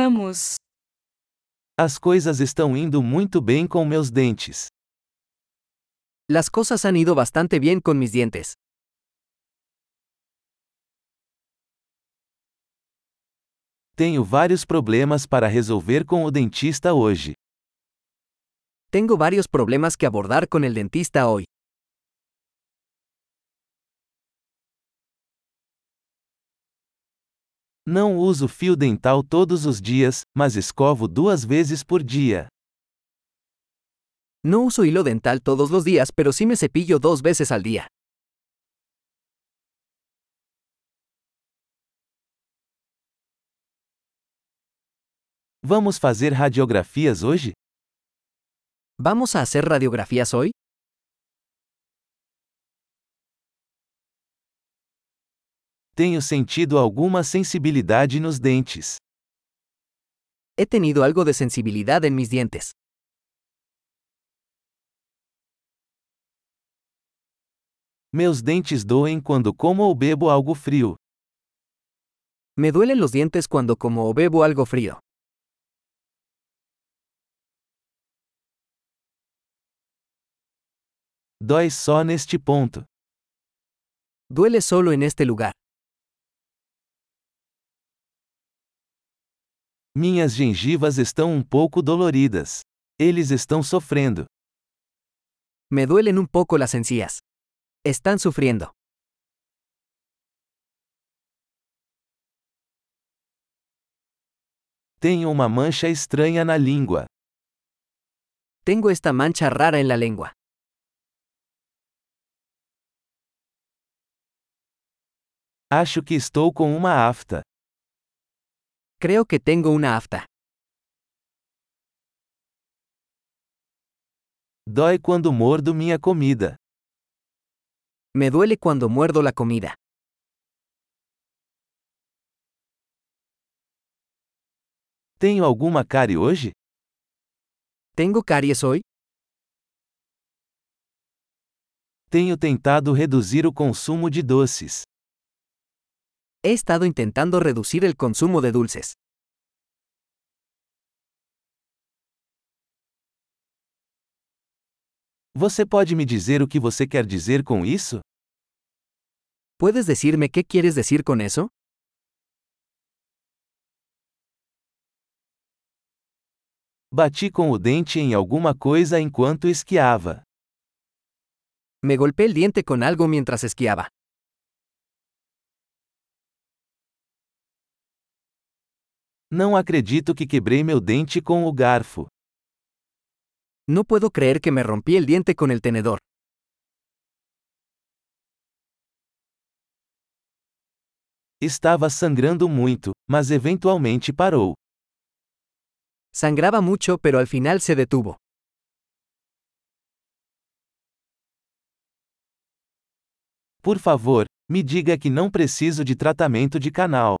Vamos. As coisas estão indo muito bem com meus dentes. Las cosas han ido bastante bien con mis dientes. Tenho vários problemas para resolver com o dentista hoje. Tengo varios problemas que abordar con el dentista hoy. Não uso fio dental todos os dias, mas escovo duas vezes por dia. No uso hilo dental todos los días, pero sí me cepillo dos veces al día. Vamos fazer radiografias hoje? ¿Vamos a hacer radiografías hoy? Tenho sentido alguma sensibilidade nos dentes. He tenido algo de sensibilidad en mis dientes. Meus dentes doem quando como ou bebo algo frio. Me duelen los dientes cuando como o bebo algo frío. Dói só neste ponto. Duele solo en este lugar. Minhas gengivas estão um pouco doloridas. Eles estão sofrendo. Me duelen un poco las encías. Están sufriendo. Tenho uma mancha estranha na língua. Tengo esta mancha rara en la lengua. Acho que estou com uma afta. Creo que tengo una afta. Dói quando mordo minha comida. Me duele cuando muerdo la comida. Tenho alguma cárie hoje? ¿Tengo caries hoy? Tenho tentado reduzir o consumo de doces. He estado intentando reducir el consumo de dulces. Você pode me dizer o que você quer dizer com isso? ¿Puedes decirme qué quieres decir con eso? Bati com o dente em alguma coisa enquanto esquiava. Me golpeé el diente con algo mientras esquiaba. Não acredito que quebrei meu dente com o garfo. No puedo creer que me rompí el diente con el tenedor. Estava sangrando muito, mas eventualmente parou. Sangraba mucho, pero al final se detuvo. Por favor, me diga que não preciso de tratamento de canal.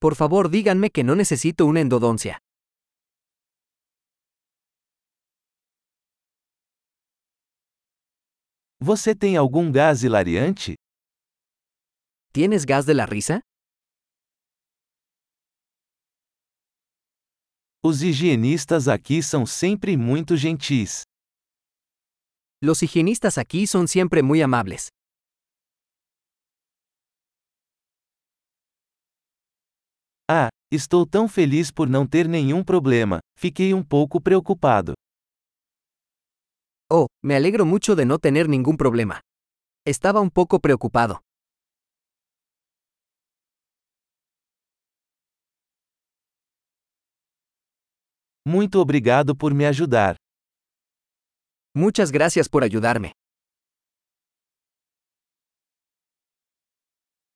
Por favor, díganme que no necesito una endodoncia. Você tem algum gás hilariante? ¿Tienes gas de la risa? Os higienistas aqui são sempre muito gentis. Los higienistas aquí son siempre muy amables. Ah, estou tão feliz por não ter nenhum problema. Fiquei um pouco preocupado. Oh, me alegro mucho de no tener ningún problema. Estaba un poco preocupado. Muito obrigado por me ajudar. Muchas gracias por ayudarme.